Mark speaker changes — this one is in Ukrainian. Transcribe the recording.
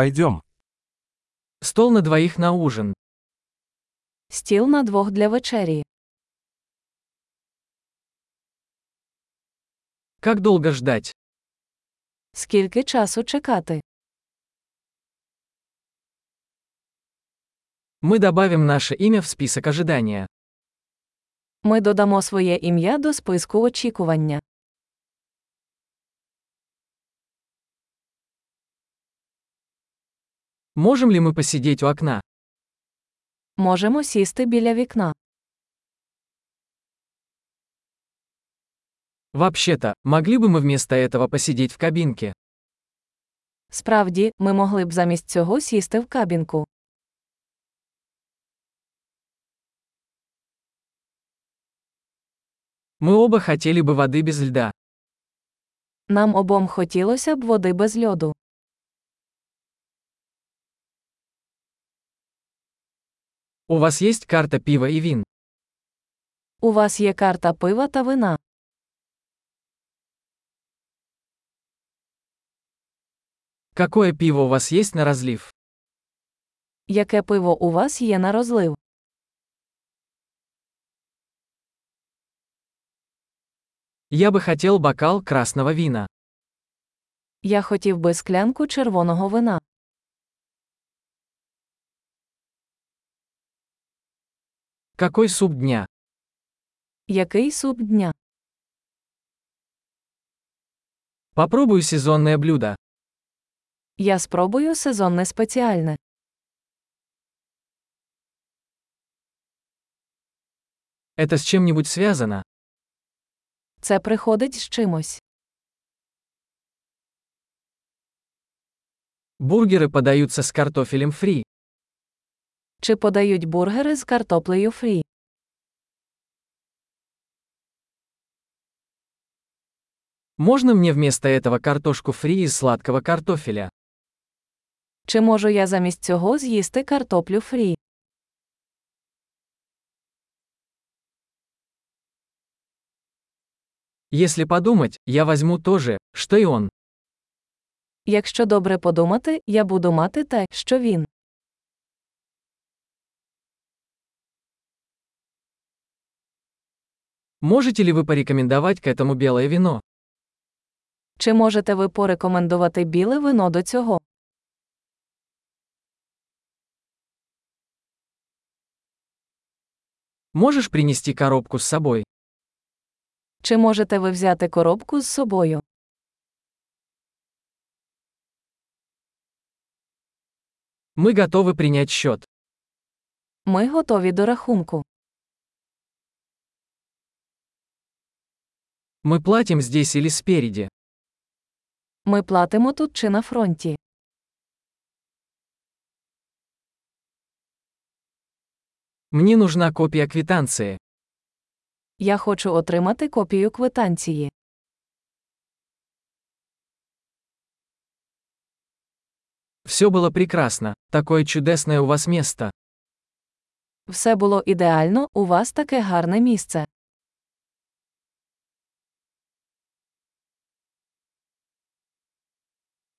Speaker 1: Пойдем.
Speaker 2: Стол на двоих на ужин.
Speaker 3: Стіл на двох для вечері.
Speaker 2: Как долго ждать?
Speaker 3: Скільки часу чекати?
Speaker 2: Мы добавим наше имя в список ожидания.
Speaker 3: Ми додамо своє ім'я до списку очікування.
Speaker 2: Можем ли мы посидеть у окна?
Speaker 3: Можемо сісти біля вікна.
Speaker 2: Вообще-то, могли бы мы вместо этого посидеть в кабинке?
Speaker 3: Справді, ми могли б замість цього сісти в кабінку.
Speaker 2: Мы оба хотели бы воды без льда.
Speaker 3: Нам обом хотілося б води без льоду.
Speaker 2: У вас есть карта пива и вин?
Speaker 3: У вас є карта пива та вина.
Speaker 2: Какое пиво у вас есть на разлив?
Speaker 3: Яке пиво у вас є на розлив?
Speaker 2: Я бы хотел бокал красного вина.
Speaker 3: Я хотів би склянку червоного вина.
Speaker 2: Какой суп дня?
Speaker 3: Який суп дня?
Speaker 2: Попробую сезонное блюдо.
Speaker 3: Я спробую сезонне спеціальне.
Speaker 2: Это с чем-нибудь связано?
Speaker 3: Це приходить з чимось.
Speaker 2: Бургеры подаются с картофелем фри.
Speaker 3: Чи подають бургери з картоплею фрі?
Speaker 2: Можно мне вместо этого картошку фри из сладкого картофеля?
Speaker 3: Чи можу я замість цього з'їсти картоплю фрі?
Speaker 2: Если подумать, я возьму то же, что и он.
Speaker 3: Якщо добре подумати, я буду мати те, що він.
Speaker 2: Можете ли вы порекомендовать к этому белое вино?
Speaker 3: Чи можете ви порекомендувати біле вино до цього?
Speaker 2: Можешь принести коробку с собой?
Speaker 3: Чи можете ви взяти коробку з собою?
Speaker 2: Мы готовы принять счет.
Speaker 3: Ми готові до рахунку.
Speaker 2: Мы платим здесь или спереди.
Speaker 3: Ми платимо тут чи на фронті.
Speaker 2: Мне нужна копия квитанции.
Speaker 3: Я хочу отримати копію квитанції.
Speaker 2: Все было прекрасно. Такое чудесное у вас место.
Speaker 3: Все було ідеально, у вас таке гарне місце.